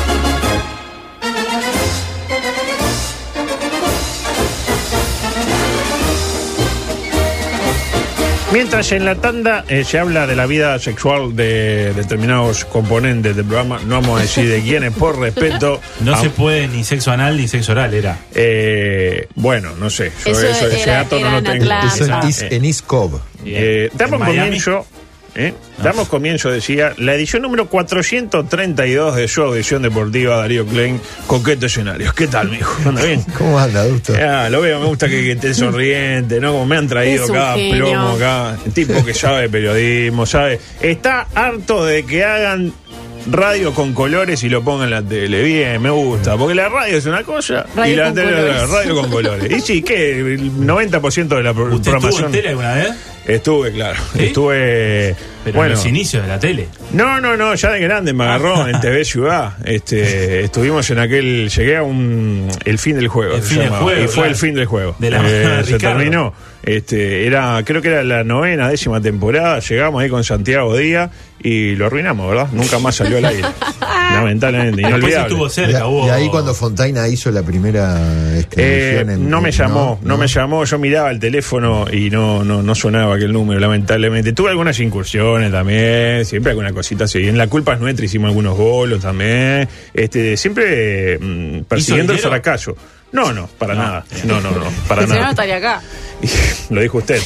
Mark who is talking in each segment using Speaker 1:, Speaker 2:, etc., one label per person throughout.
Speaker 1: Mientras en la tanda eh, se habla de la vida sexual de determinados componentes del programa, no vamos a decir de quiénes por respeto.
Speaker 2: No
Speaker 1: a-
Speaker 2: se puede ni sexo anal ni sexo oral, era.
Speaker 1: eh, bueno, no sé, yo
Speaker 3: Eso
Speaker 1: eso, ese
Speaker 3: era-
Speaker 1: dato
Speaker 3: era
Speaker 1: no lo
Speaker 3: en
Speaker 1: tengo.
Speaker 3: Atlanta.
Speaker 4: Eso
Speaker 2: Ah,
Speaker 4: en, Is-
Speaker 1: eh.
Speaker 4: en ISCOB.
Speaker 1: Eh, damos
Speaker 2: ¿En Miami? Ah.
Speaker 1: comienzo, eh, damos comienzo, decía, la edición número 432 de su audición deportiva, Darío Klein, Coqueto Escenario. ¿Qué tal, mijo? ¿Anda bien?
Speaker 4: ¿Cómo anda, Adusto?
Speaker 1: Ah, lo veo, me gusta que, que esté sonriente, ¿no? Como me han traído
Speaker 3: Es un
Speaker 1: cada
Speaker 3: genio.
Speaker 1: plomo, cada tipo que sabe de periodismo, sabe. Está harto de que hagan radio con colores y lo pongan en la tele. Bien, me gusta. Porque la radio es una cosa
Speaker 3: Radio
Speaker 1: y la
Speaker 3: con
Speaker 1: tele es otra,
Speaker 3: colores.
Speaker 1: radio con colores. Y sí, que el 90% de la pro-
Speaker 2: ¿Usted estuvo en
Speaker 1: programación.
Speaker 2: tele alguna vez?
Speaker 1: Estuve, claro.
Speaker 2: ¿Sí?
Speaker 1: Estuve.
Speaker 2: Pero
Speaker 1: bueno,
Speaker 2: en los inicios de la tele.
Speaker 1: no, no, no, ya de grande me agarró en TV Ciudad. Este, estuvimos en aquel, llegué a un el fin del juego.
Speaker 2: El
Speaker 1: se
Speaker 2: fin del
Speaker 1: llamaba,
Speaker 2: juego,
Speaker 1: Y fue
Speaker 2: claro.
Speaker 1: el fin del juego. Eh,
Speaker 2: De la mano de
Speaker 1: se
Speaker 2: Ricardo.
Speaker 1: terminó. Este, era, creo que era la novena, décima temporada. Llegamos ahí con Santiago Díaz y lo arruinamos, ¿verdad? Nunca más salió al aire. Lamentablemente,
Speaker 2: Después
Speaker 1: inolvidable.
Speaker 2: estuvo
Speaker 4: Y, a-
Speaker 2: cerca, hubo.
Speaker 4: y ahí cuando Fontaina hizo la primera este,
Speaker 1: Eh,
Speaker 4: edición en-
Speaker 1: no me llamó, no, me llamó, yo miraba el teléfono y no, no, no sonaba aquel número, lamentablemente. Tuve algunas incursiones también, siempre alguna cosita así. En la culpa es nuestra hicimos algunos golos también, este, siempre mm, persiguiendo el
Speaker 2: dinero?
Speaker 1: fracaso. No, no, para nada. No, no, no, para
Speaker 3: Si no, no
Speaker 1: nada.
Speaker 3: estaría acá.
Speaker 1: Lo dijo usted.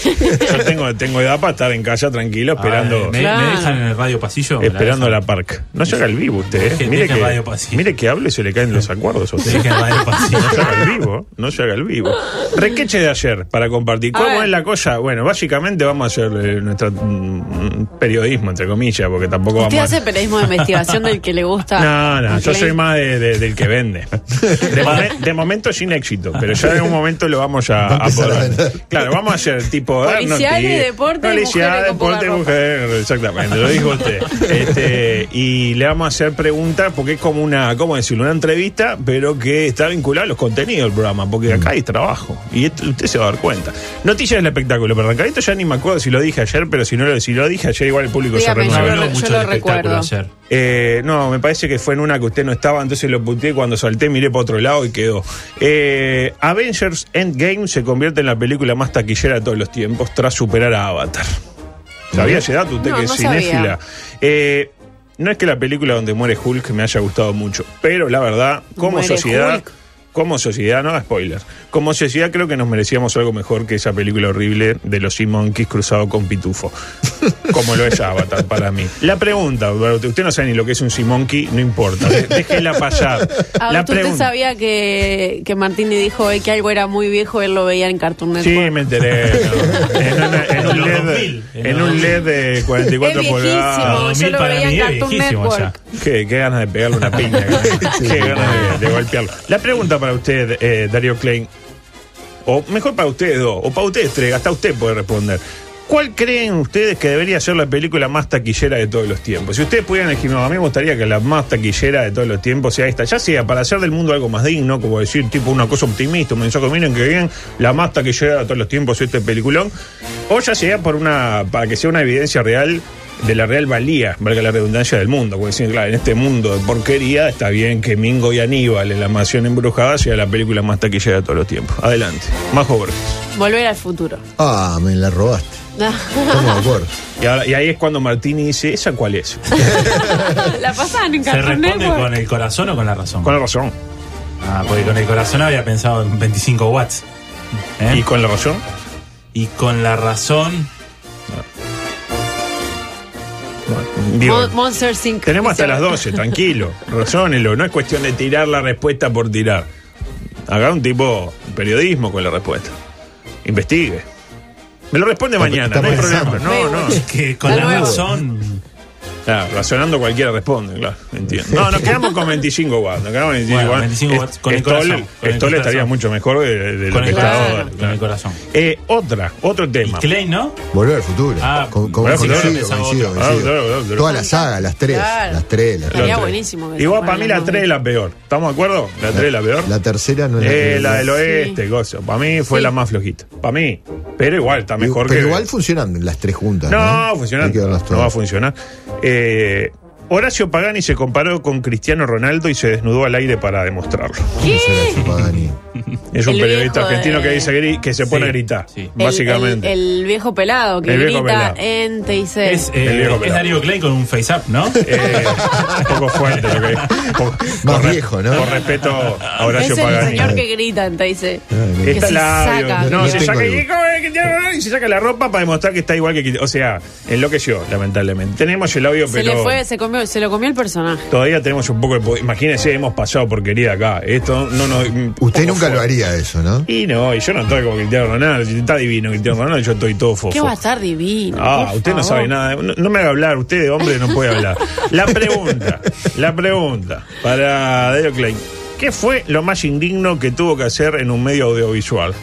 Speaker 1: Yo tengo, tengo edad para estar en casa tranquilo
Speaker 2: Ah, ¿me-
Speaker 1: esperando.
Speaker 2: ¿me,
Speaker 3: Claro.
Speaker 2: dejan en el radio pasillo?
Speaker 1: Esperando la
Speaker 2: dejan?
Speaker 1: park. No se haga el vivo usted, eh.
Speaker 2: Deje-
Speaker 1: Mire
Speaker 2: deje
Speaker 1: que,
Speaker 2: Radio Pasillo.
Speaker 1: mire que hable y se le caen los acuerdos a
Speaker 2: Me
Speaker 1: usted.
Speaker 2: dejan en el radio pasillo.
Speaker 1: No se haga el vivo, no se haga el vivo. Requeche de ayer para compartir.
Speaker 3: A
Speaker 1: ¿Cómo
Speaker 3: ver.
Speaker 1: es la cosa? Bueno, básicamente vamos a hacer eh, nuestro mm, periodismo, entre comillas, porque tampoco
Speaker 3: Usted
Speaker 1: vamos
Speaker 3: hace
Speaker 1: a.
Speaker 3: periodismo de investigación del que le gusta.
Speaker 1: No, no, yo
Speaker 3: Clay.
Speaker 1: soy más de, de- del que vende. De, momen- de momento sin éxito, pero ya en un momento lo vamos a,
Speaker 4: Va a empezar
Speaker 1: poder-
Speaker 4: a vender.
Speaker 1: Claro, vamos a hacer tipo. darnos
Speaker 3: Policiales,
Speaker 1: tips.
Speaker 3: deporte,
Speaker 1: Policial,
Speaker 3: mujeres con poca
Speaker 1: deporte,
Speaker 3: ropa.
Speaker 1: mujer, exactamente, lo dijo usted. Este, y le vamos a hacer preguntas porque es como una, ¿cómo decirlo? Una entrevista, pero que está vinculada a los contenidos del programa, porque acá hay trabajo. Y esto- usted se va a dar cuenta. Noticias del espectáculo, perdón. Esto ya ni me acuerdo si lo dije ayer, pero si no lo, si lo dije ayer, igual el público
Speaker 3: Dígame,
Speaker 1: se
Speaker 2: No
Speaker 3: yo
Speaker 1: renueva.
Speaker 3: lo-
Speaker 2: habló
Speaker 3: yo
Speaker 2: mucho
Speaker 3: lo
Speaker 2: del espectáculo
Speaker 3: recuerdo.
Speaker 2: ayer.
Speaker 1: Eh, no, me parece que fue en una que usted no estaba, entonces lo puteé cuando salté, miré para otro lado y quedó. Eh, Avengers Endgame se convierte en la película más taquillera de todos los tiempos tras superar a Avatar. ¿Sabía ese dato usted
Speaker 3: No,
Speaker 1: que es
Speaker 3: no sabía.
Speaker 1: cinéfila? Eh, no es que la película donde muere Hulk me haya gustado mucho, pero la verdad, como
Speaker 3: Muere
Speaker 1: sociedad...
Speaker 3: Hulk.
Speaker 1: Como sociedad, no haga spoiler. Como sociedad creo que nos merecíamos algo mejor que esa película horrible de los Sea Monkeys cruzado con Pitufo. Como lo es Avatar para mí. La pregunta, Eduardo, usted no sabe ni lo que es un Sea Monkey, no importa. de- Déjela pasar.
Speaker 3: Ah,
Speaker 1: La
Speaker 3: ¿Usted
Speaker 1: pregunta.
Speaker 3: sabía que, que Martini dijo hoy que algo era muy viejo, él lo veía en Cartoon Network?
Speaker 1: Sí, me enteré. no. En, una- en un
Speaker 2: Los
Speaker 1: LED,
Speaker 2: 2000, en
Speaker 1: en
Speaker 2: los
Speaker 1: un
Speaker 2: 2000.
Speaker 1: LED de 44
Speaker 3: es viejísimo,
Speaker 1: pulgadas.
Speaker 2: Los
Speaker 3: yo
Speaker 2: 2000
Speaker 3: lo
Speaker 2: para
Speaker 3: veía
Speaker 2: mí
Speaker 3: en
Speaker 2: es
Speaker 3: Cartoon
Speaker 2: viejísimo
Speaker 3: Network.
Speaker 1: Qué, qué ganas de pegarle una piña. qué ganas de, de golpearlo. La pregunta para usted, eh, Darío Klein, o mejor para ustedes dos, o para ustedes tres, hasta usted puede responder. ¿Cuál creen ustedes que debería ser la película más taquillera de todos los tiempos? Si ustedes pudieran elegir, no, a mí me gustaría que la más taquillera de todos los tiempos sea esta, ya sea para hacer del mundo algo más digno, como decir tipo una cosa optimista, un mensaje, miren que bien, la más taquillera de todos los tiempos es este peliculón, o ya sea por una, para que sea una evidencia real de la real valía, valga la redundancia del mundo, porque decir, claro, en este mundo de porquería está bien que Mingo y Aníbal en La Mansión Embrujada sea la película más taquillera de todos los tiempos. Adelante, Majo Borges.
Speaker 3: Volver al futuro.
Speaker 4: Ah, me la robaste. ¿Cómo me acuerdo?
Speaker 1: Y, ahora- y ahí es cuando Martini dice, ¿esa cuál es?
Speaker 3: la pasaban en
Speaker 2: ¿Se
Speaker 3: Cartoon
Speaker 2: responde
Speaker 3: Network.
Speaker 2: con el corazón o con la razón?
Speaker 1: Con la razón.
Speaker 2: Ah, porque con el corazón había pensado en 25 watts. ¿Eh?
Speaker 1: ¿Y con la razón?
Speaker 2: Y con la razón.
Speaker 1: Digo,
Speaker 3: Mon- Monster Inc.
Speaker 1: tenemos hasta
Speaker 3: Dice-
Speaker 1: las 12, tranquilo. Razónelo, no es cuestión de tirar la respuesta por tirar. Haga un tipo periodismo con la respuesta. Investigue. Me lo responde mañana,
Speaker 4: está
Speaker 1: no hay
Speaker 4: pensando.
Speaker 1: problema. No, no.
Speaker 2: Que con
Speaker 3: De
Speaker 2: la
Speaker 3: nuevo.
Speaker 2: razón.
Speaker 1: Claro, razonando cualquiera responde, claro, entiendo. No, nos quedamos con 25 watts, nos quedamos con 25
Speaker 2: Bueno,
Speaker 1: watts.
Speaker 2: 25 watts con el
Speaker 1: Estol-
Speaker 2: corazón, con el
Speaker 1: Estol
Speaker 2: corazón.
Speaker 1: estaría mucho mejor de, de lo
Speaker 2: Con
Speaker 1: que
Speaker 2: el
Speaker 1: está
Speaker 2: corazón,
Speaker 1: ahora.
Speaker 2: con
Speaker 1: claro.
Speaker 2: el corazón.
Speaker 1: Eh, otra, otro tema.
Speaker 2: Klein, ¿no?
Speaker 4: Volver al futuro.
Speaker 2: Ah,
Speaker 4: Con- con-
Speaker 1: Volver al
Speaker 4: coincido,
Speaker 1: futuro.
Speaker 2: Pensaba
Speaker 4: coincido,
Speaker 2: otro.
Speaker 4: coincido.
Speaker 1: Ah, claro, claro.
Speaker 4: Toda la saga, las tres.
Speaker 3: Claro.
Speaker 4: Las tres, las
Speaker 1: Los
Speaker 3: Estaría
Speaker 4: tres.
Speaker 1: tres.
Speaker 3: buenísimo que
Speaker 1: Igual
Speaker 3: se
Speaker 1: para mí la
Speaker 3: pongan
Speaker 1: 3 es la peor. ¿Estamos de acuerdo? La 3 es la peor.
Speaker 4: La tercera no es
Speaker 1: Eh,
Speaker 4: que-
Speaker 1: la del oeste, gozo. Para mí fue
Speaker 3: Sí.
Speaker 1: la más flojita. Para mí. Pero igual, está mejor
Speaker 4: Pero
Speaker 1: que.
Speaker 4: igual funcionan las tres juntas.
Speaker 1: No,
Speaker 4: No,
Speaker 1: funcionando.
Speaker 4: Hay que verlas
Speaker 1: No va a
Speaker 4: todas.
Speaker 1: funcionar. Eh, Horacio Pagani se comparó con Cristiano Ronaldo y se desnudó al aire para demostrarlo.
Speaker 4: ¿Qué? Pagani.
Speaker 1: Es un
Speaker 3: El
Speaker 1: periodista
Speaker 3: viejo
Speaker 1: argentino
Speaker 3: de-
Speaker 1: que dice gri- que se pone a gritar,
Speaker 2: sí.
Speaker 3: El-
Speaker 1: básicamente.
Speaker 3: El, el viejo pelado que
Speaker 1: El viejo
Speaker 3: grita
Speaker 1: pelado.
Speaker 3: en TIC.
Speaker 2: Es, eh,
Speaker 1: El viejo
Speaker 2: es
Speaker 1: pelado.
Speaker 2: Darío Klein con un face up, ¿no?
Speaker 1: Eh, un poco fuerte lo que por-
Speaker 4: Más
Speaker 1: re-
Speaker 4: viejo, ¿no?
Speaker 1: Por respeto a
Speaker 3: Es
Speaker 1: Horacio
Speaker 3: el
Speaker 1: Pagani.
Speaker 3: señor que grita en TIC.
Speaker 4: Claro,
Speaker 3: Que
Speaker 1: Está
Speaker 3: se
Speaker 1: labio.
Speaker 3: saca.
Speaker 1: No,
Speaker 4: Yo
Speaker 1: se
Speaker 4: tengo
Speaker 1: saca,
Speaker 4: algo.
Speaker 1: y, ¿cómo es que tiene Ronaldo? Y se saca la ropa para demostrar que está igual que Cristiano. O sea, enloqueció, lamentablemente. Tenemos el audio,
Speaker 3: Se
Speaker 1: pero.
Speaker 3: le fue, se comió, se lo comió el personaje.
Speaker 1: Todavía tenemos un poco de. po- Imagínense, hemos pasado porquería acá. Esto no nos.
Speaker 4: Usted
Speaker 1: poco
Speaker 4: nunca lo
Speaker 1: fue.
Speaker 4: haría eso, ¿no?
Speaker 1: Y no, y yo no estoy como Cristiano Ronaldo. Si Está divino Cristiano Ronaldo, yo estoy todo fofo.
Speaker 3: ¿Qué va a estar divino?
Speaker 1: Ah,
Speaker 3: por
Speaker 1: usted no
Speaker 3: favor.
Speaker 1: sabe nada. No, no me haga hablar, usted de hombre no puede hablar. La pregunta, la pregunta para Dario Klein. ¿Qué fue lo más indigno que tuvo que hacer en un medio audiovisual?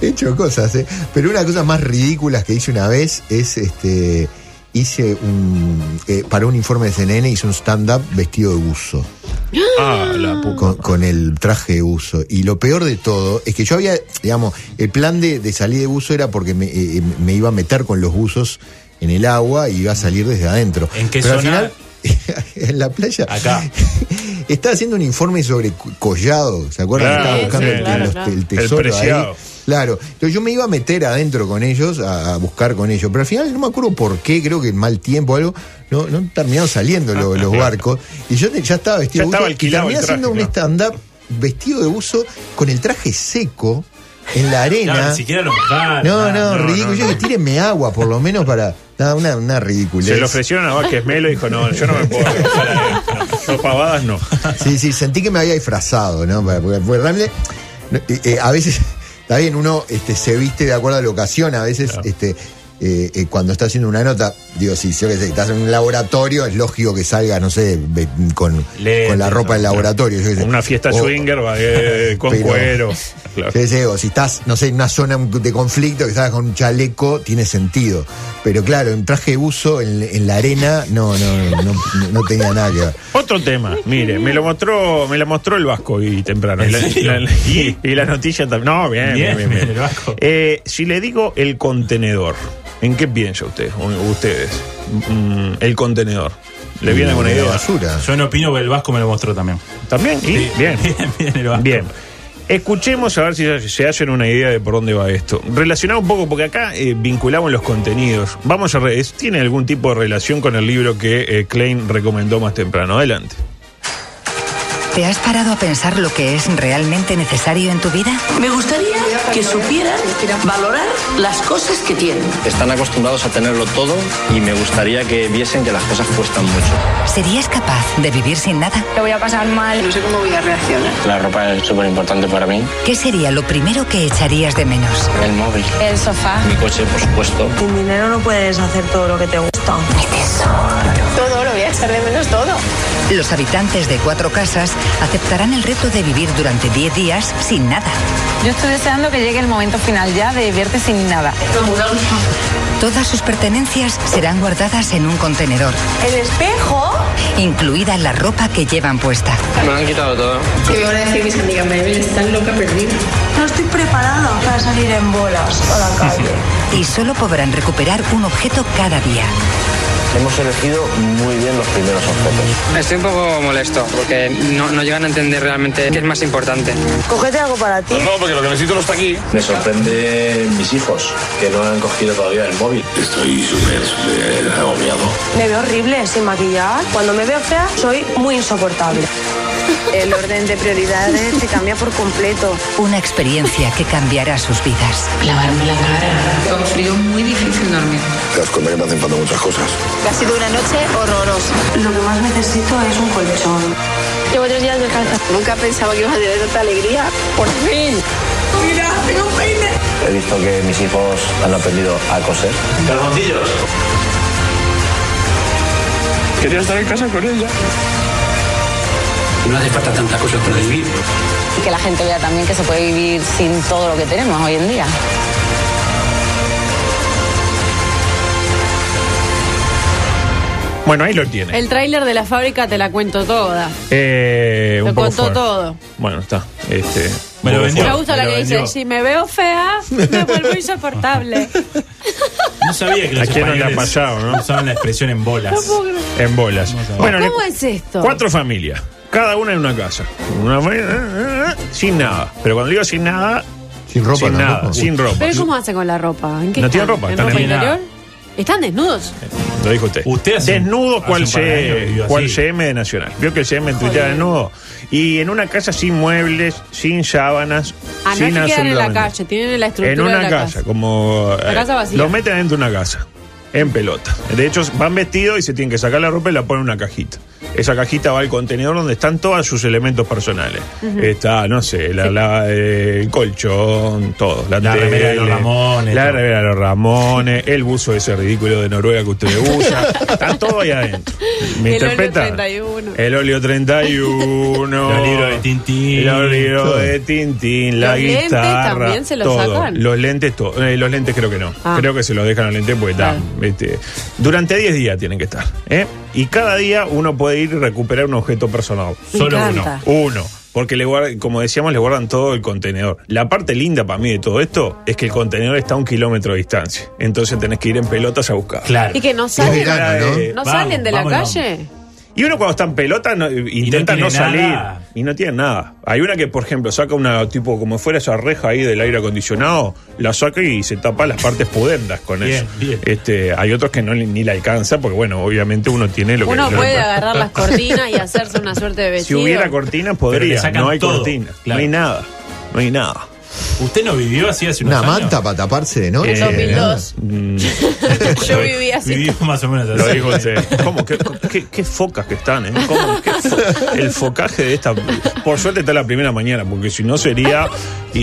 Speaker 4: He hecho cosas, ¿eh? Pero una de las cosas más ridículas que hice una vez es este. Hice un. eh, para un informe de CNN hice un stand-up vestido de buzo.
Speaker 1: Ah, la puta.
Speaker 4: con, con el traje de buzo. Y lo peor de todo es que yo había, digamos, el plan de, de salir de buzo era porque me, eh, me iba a meter con los buzos en el agua y iba a salir desde adentro.
Speaker 2: ¿En qué
Speaker 4: Pero al
Speaker 2: zona?
Speaker 4: final, en la playa.
Speaker 2: Acá.
Speaker 4: Estaba haciendo un informe sobre cu- collado, ¿se acuerdan?
Speaker 1: Claro,
Speaker 4: Estaba buscando
Speaker 1: sí,
Speaker 4: el,
Speaker 1: claro,
Speaker 4: los-
Speaker 3: claro.
Speaker 4: el
Speaker 1: El
Speaker 4: tesoro
Speaker 1: preciado.
Speaker 4: ahí. Claro. Entonces yo me iba a meter adentro con ellos, a, a buscar con ellos. Pero al final no me acuerdo por qué, creo que mal tiempo o algo, no, no terminaron saliendo lo- los barcos. Y yo te- ya estaba
Speaker 1: Ya
Speaker 4: vestido de
Speaker 1: estaba
Speaker 4: buzo, y
Speaker 1: alquilado
Speaker 4: terminé
Speaker 1: el traje,
Speaker 4: haciendo un
Speaker 1: claro.
Speaker 4: stand-up vestido de buzo con el traje seco en la
Speaker 2: Claro,
Speaker 4: arena.
Speaker 2: ni siquiera lo mojaron. nada.
Speaker 4: No, no,
Speaker 1: no,
Speaker 4: ridículo.
Speaker 1: no,
Speaker 4: Yo
Speaker 1: no.
Speaker 4: que tírenme agua por lo menos para. Nada, una, una ridiculez.
Speaker 1: Se le ofrecieron a Vázquez Melo y dijo, no, yo no me puedo. rebajar a él. Yo pavadas no.
Speaker 4: Sí, sí, sentí que me había disfrazado, ¿no? Porque, porque realmente, no, eh, eh, a veces, está bien, uno este, se viste de acuerdo a la ocasión, a veces este, eh, eh, cuando está haciendo una nota, digo, si yo qué sé, estás en un laboratorio, es lógico que salga, no sé, ve- con,
Speaker 2: Lentes,
Speaker 4: con la ropa del laboratorio. yo qué sé.
Speaker 1: Una fiesta
Speaker 4: O-
Speaker 1: swinger va, eh, con
Speaker 4: Pero-
Speaker 1: cuero. Claro.
Speaker 4: yo qué sé, o si estás, no sé, en una zona de conflicto, que estás con un chaleco, tiene sentido. Pero claro, en traje de buzo, en, en la arena, no, no, no, no, no tenía nada que ver.
Speaker 1: Otro tema, mire, me lo mostró, me la mostró el Vasco y temprano. Y
Speaker 2: ¿En
Speaker 1: la,
Speaker 2: serio?
Speaker 1: y la- y- y la noticia también. No, bien, bien,
Speaker 2: Bien,
Speaker 1: bien. bien.
Speaker 2: el Vasco.
Speaker 1: Eh, si le digo el contenedor, ¿en qué piensa usted? o Ustedes. Mm, el contenedor. ¿Le viene alguna
Speaker 4: De
Speaker 1: idea?
Speaker 4: basura.
Speaker 2: Yo no opino que el Vasco me lo mostró también.
Speaker 1: ¿También? ¿Y? Bien.
Speaker 2: Bien, bien, el Vasco.
Speaker 1: Bien. Escuchemos a ver si se hacen una idea de por dónde va esto. Relacionado un poco, porque acá eh, vinculamos los contenidos. Vamos a re- es- ¿Tiene algún tipo de relación con el libro que eh, Klein recomendó más temprano? Adelante.
Speaker 5: ¿Te has parado a pensar lo que es realmente necesario en tu vida?
Speaker 6: Me gustaría que supieran valorar las cosas que tienen.
Speaker 7: Están acostumbrados a tenerlo todo y me gustaría que viesen que las cosas cuestan mucho.
Speaker 5: ¿Serías capaz de vivir sin nada?
Speaker 8: Lo voy a pasar mal. No sé cómo voy a reaccionar.
Speaker 7: La ropa es súper importante para mí.
Speaker 5: ¿Qué sería lo primero que echarías de menos?
Speaker 7: El móvil.
Speaker 8: El sofá.
Speaker 7: Mi coche, por supuesto.
Speaker 9: Sin dinero no puedes hacer todo lo que te gusta.
Speaker 8: Todo, lo voy a echar de menos todo.
Speaker 5: Los habitantes de Cuatro Casas aceptarán el reto de vivir durante 10 días sin nada.
Speaker 8: Yo estoy deseando que llegue el momento final ya de vierte sin nada.
Speaker 5: Todas sus pertenencias serán guardadas en un contenedor,
Speaker 8: El espejo.
Speaker 5: incluida la ropa que llevan puesta.
Speaker 7: Me lo han quitado todo.
Speaker 8: Que van a decir mis amigas, Mabel, están loca perdida.
Speaker 9: No estoy preparada para salir en bolas a la calle.
Speaker 5: Y solo podrán recuperar un objeto cada día.
Speaker 7: Hemos elegido muy bien los primeros objetos.
Speaker 10: Estoy un poco molesto porque no, no llegan a entender realmente qué es más importante.
Speaker 9: Cogete algo para ti.
Speaker 7: Me sorprende mis hijos, que no han cogido todavía el móvil. Estoy súper, súper agobiado.
Speaker 9: Me veo horrible sin maquillar. Cuando me veo fea, soy muy insoportable. El orden de prioridades se cambia por completo.
Speaker 5: Una experiencia que cambiará sus vidas.
Speaker 6: Lavarme la cara. Con frío muy difícil dormir.
Speaker 7: Las comer me hacen falta muchas cosas.
Speaker 8: Ha sido una noche horrorosa.
Speaker 9: Lo que más necesito es un colchón.
Speaker 8: Llevo tres días de calza. Nunca pensaba que iba a tener tanta alegría. Por fin. Mira, tengo un peine.
Speaker 7: He visto que mis hijos han aprendido a coser. Quería estar en casa con ella. No hace falta tantas cosas para vivir.
Speaker 11: Y que la gente vea también que se puede vivir sin todo lo que tenemos hoy en día.
Speaker 1: Bueno, ahí lo tiene.
Speaker 3: El tráiler de la fábrica te la cuento toda.
Speaker 1: Eh, un
Speaker 3: Lo
Speaker 1: poco
Speaker 3: contó
Speaker 1: fuerte.
Speaker 3: todo.
Speaker 1: Bueno, está. Este,
Speaker 2: Me lo
Speaker 1: un poco
Speaker 2: vendió.
Speaker 3: Me
Speaker 1: fuerte.
Speaker 3: gusta la
Speaker 2: me lo
Speaker 3: que dice,
Speaker 2: vendió.
Speaker 3: si me veo fea, me vuelvo insoportable.
Speaker 2: No sabía que los
Speaker 1: ¿A quién no le ha
Speaker 2: españoles
Speaker 1: pasado, no?
Speaker 2: usaban la expresión en bolas.
Speaker 3: No puedo creer.
Speaker 1: En bolas. Bueno, le-
Speaker 3: ¿Cómo es esto?
Speaker 1: cuatro familias. Cada una en una casa. Una fa- eh, eh, eh, sin nada. Pero cuando digo sin nada,
Speaker 4: Sin ropa,
Speaker 1: sin
Speaker 4: no,
Speaker 1: nada,
Speaker 4: ropa.
Speaker 1: sin ropa.
Speaker 3: ¿Pero cómo hacen con la ropa? ¿En qué
Speaker 1: No
Speaker 3: están?
Speaker 1: tienen ropa,
Speaker 3: ¿En
Speaker 1: están
Speaker 3: ropa
Speaker 2: en-
Speaker 3: interior? ¿Están desnudos?
Speaker 1: Lo dijo usted.
Speaker 2: Usted hace-
Speaker 1: desnudo,
Speaker 2: hace
Speaker 1: cual,
Speaker 2: un par de
Speaker 1: C-
Speaker 2: años vivió
Speaker 1: cual
Speaker 2: así.
Speaker 1: CM de Nacional. Vio que el CM en Twitter desnudo. Y en una casa sin muebles, sin sábanas,
Speaker 3: Ah, no
Speaker 1: sin
Speaker 3: es que quedan en la
Speaker 1: absolutamente-
Speaker 3: calle, tienen la estructura
Speaker 1: En una
Speaker 3: de la
Speaker 1: casa,
Speaker 3: casa.
Speaker 1: como.
Speaker 3: La
Speaker 1: eh,
Speaker 3: casa vacía.
Speaker 1: Los meten dentro de una casa, en pelota. De hecho, van vestidos y se tienen que sacar la ropa y la ponen en una cajita. Esa cajita va al contenedor donde están todos sus elementos personales. Está, no sé, la, la- eh, el colchón, todo. La,
Speaker 2: La remera de los
Speaker 1: tele,
Speaker 2: Ramones,
Speaker 1: La
Speaker 2: todo.
Speaker 1: remera de los Ramones, el buzo ese ridículo de Noruega que usted usa. está todo ahí adentro. ¿Me
Speaker 3: El
Speaker 1: interpreta?
Speaker 3: óleo 31.
Speaker 1: El óleo 31.
Speaker 2: Los libros de Tintín.
Speaker 1: Los libros
Speaker 2: Todo.
Speaker 1: de Tintín, la
Speaker 3: Los lentes
Speaker 1: guitarra.
Speaker 3: también se los
Speaker 1: todo.
Speaker 3: sacan.
Speaker 1: Los lentes, todo. Eh, los lentes creo que no.
Speaker 3: Ah.
Speaker 1: Creo que se los dejan los lentes porque está,
Speaker 3: Claro.
Speaker 1: este, durante 10 días tienen que estar. ¿eh? Y cada día uno puede ir y recuperar un objeto personal.
Speaker 3: Me
Speaker 2: Solo
Speaker 3: encanta.
Speaker 1: Uno. Porque, le guardan, como decíamos, le guardan todo el contenedor. La parte linda para mí de todo esto es que el contenedor está a un kilómetro de distancia. Entonces tenés que ir en pelotas a buscar.
Speaker 2: Claro.
Speaker 3: Y que no salen,
Speaker 4: verano, ¿no?
Speaker 3: ¿no
Speaker 2: Vamos,
Speaker 3: salen de la
Speaker 2: vamos, vamos.
Speaker 3: calle.
Speaker 1: Y uno cuando está en pelota no- intenta no,
Speaker 2: tiene
Speaker 1: salir.
Speaker 2: nada.
Speaker 1: Y no tiene nada. Hay una que, por ejemplo, saca una, tipo, como fuera esa reja ahí del aire acondicionado, la saca y se tapa las partes pudendas con
Speaker 2: Bien,
Speaker 1: eso.
Speaker 2: bien.
Speaker 1: Este, hay otros que no le- ni la alcanza, porque bueno, obviamente uno tiene lo que
Speaker 3: Uno
Speaker 1: lo-
Speaker 3: puede agarrar las cortinas y hacerse una suerte de
Speaker 1: Si
Speaker 3: vestido.
Speaker 1: hubiera cortinas,
Speaker 2: Pero le
Speaker 1: podría.
Speaker 2: sacan
Speaker 1: No hay
Speaker 2: todo,
Speaker 1: cortinas.
Speaker 2: claro.
Speaker 1: No hay nada. No hay nada.
Speaker 2: ¿Usted no vivió así hace unos
Speaker 4: Una
Speaker 2: años?
Speaker 4: manta para taparse de noche.
Speaker 1: Eh,
Speaker 3: En 2002.
Speaker 1: Mm,
Speaker 3: Yo vivía así.
Speaker 2: Vivió más o menos así.
Speaker 1: lo dijo usted. ¿Cómo? ¿Qué, qué- qué focas que están? eh? ¿Cómo? ¿Qué fo- el focaje de esta. Por suerte está la primera mañana, porque si no sería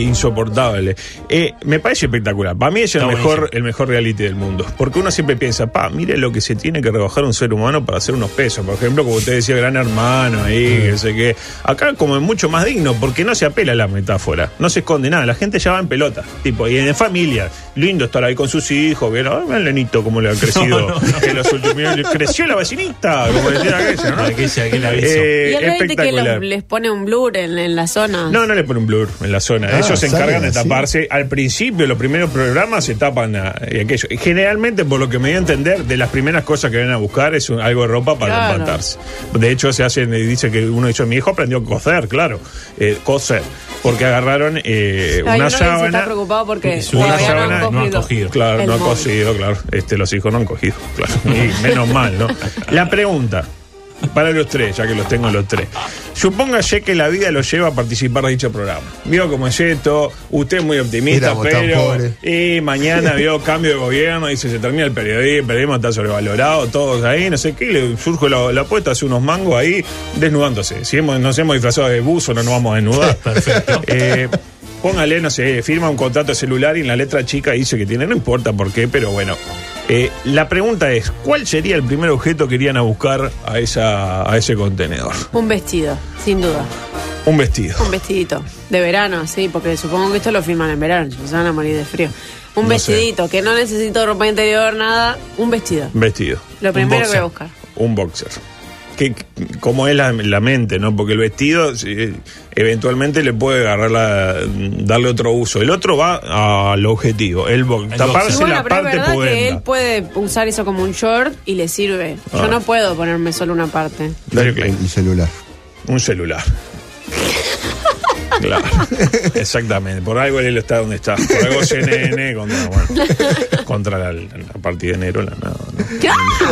Speaker 1: insoportable. Eh, me parece espectacular. Para mí es el
Speaker 2: Está
Speaker 1: mejor,
Speaker 2: buenísimo.
Speaker 1: el mejor reality del mundo. Porque uno siempre piensa, pa, mire lo que se tiene que rebajar un ser humano para hacer unos pesos. Por ejemplo, como usted decía, gran hermano ahí, que sé qué. Acá, como es mucho más digno, porque no se apela a la metáfora. No se esconde nada. La gente ya va en pelota. Tipo, y en familia. Lindo estar ahí con sus hijos. Ver, ah, vean Lenito cómo le ha crecido.
Speaker 2: No, no, no.
Speaker 1: en los últimos- creció la vecinita. Como decía aquella, ¿no?
Speaker 2: Aquella, aquel aviso.
Speaker 1: Eh,
Speaker 3: Y hay gente que
Speaker 1: espectacular.
Speaker 3: los- les pone un blur en, en la zona.
Speaker 1: No, no le ponen blur en la zona.
Speaker 4: Ah,
Speaker 1: Ellos se
Speaker 4: salen
Speaker 1: encargan de
Speaker 4: así.
Speaker 1: taparse. Al principio, los primeros programas se tapan a, y aquello. Y Generalmente, por lo que me dio a entender, de las primeras cosas que vienen a buscar es un- algo de ropa para
Speaker 3: Claro.
Speaker 1: empatarse. De hecho, se hacen, eh, dice que uno dice, mi hijo aprendió a coser, claro. eh, coser. Porque agarraron eh,
Speaker 3: Ay,
Speaker 1: una
Speaker 3: uno que dice,
Speaker 1: sábana.
Speaker 3: está preocupado porque
Speaker 2: Y su- una
Speaker 3: todavía
Speaker 1: sábana
Speaker 3: no
Speaker 1: no
Speaker 3: han
Speaker 2: han
Speaker 3: cogido.
Speaker 2: cogido.
Speaker 1: Claro,
Speaker 3: El
Speaker 1: no ha
Speaker 3: móvil.
Speaker 1: cosido, claro. Este, los hijos no han cogido, claro. Y menos mal, ¿no? La pregunta. Para los tres, ya que los tengo los tres. Supóngase que la vida los lleva a participar de dicho programa. Vio como es esto, usted es muy optimista,
Speaker 4: Éramos tan
Speaker 1: pero
Speaker 4: pobres.
Speaker 1: y mañana vio cambio de gobierno, dice se termina el periodismo, el periodismo está sobrevalorado, todos ahí, no sé qué, y le surge la, la apuesta, hace unos mangos ahí, desnudándose. Si hemos- nos hemos disfrazado de buzo, no nos vamos a desnudar.
Speaker 2: Perfecto.
Speaker 1: Eh, póngale, no sé, firma un contrato celular y en la letra chica dice que tiene, no importa por qué, pero bueno. Eh, la pregunta es, ¿cuál sería el primer objeto que irían a buscar a, esa, a ese contenedor?
Speaker 3: Un vestido, sin duda.
Speaker 1: Un vestido.
Speaker 3: Un vestidito. De verano, sí, porque supongo que esto lo filman en verano, chicos, se van a morir de frío. Un
Speaker 1: No sé.
Speaker 3: vestidito, que no necesito ropa interior, nada. Un vestido.
Speaker 1: Un Vestido.
Speaker 3: Lo primero
Speaker 2: boxer.
Speaker 3: que voy a buscar.
Speaker 1: Un boxer. Que, que- como es la, la mente, ¿no? Porque el vestido si, eventualmente le puede agarrar la- darle otro uso. El otro va al objetivo, el, bo-
Speaker 2: El
Speaker 1: taparse
Speaker 2: boxer.
Speaker 3: Y bueno,
Speaker 1: la
Speaker 3: pero es
Speaker 1: parte
Speaker 3: verdad que él
Speaker 1: pudenda.
Speaker 3: puede usar eso como un short y le sirve.
Speaker 1: Ah.
Speaker 3: Yo no puedo ponerme solo una parte.
Speaker 1: Dario Klein.
Speaker 4: Un celular.
Speaker 1: Un celular. Claro, exactamente. Por algo él está donde está. Por algo CNN contra, bueno, contra la, la partida de enero. La, nada, ¿no?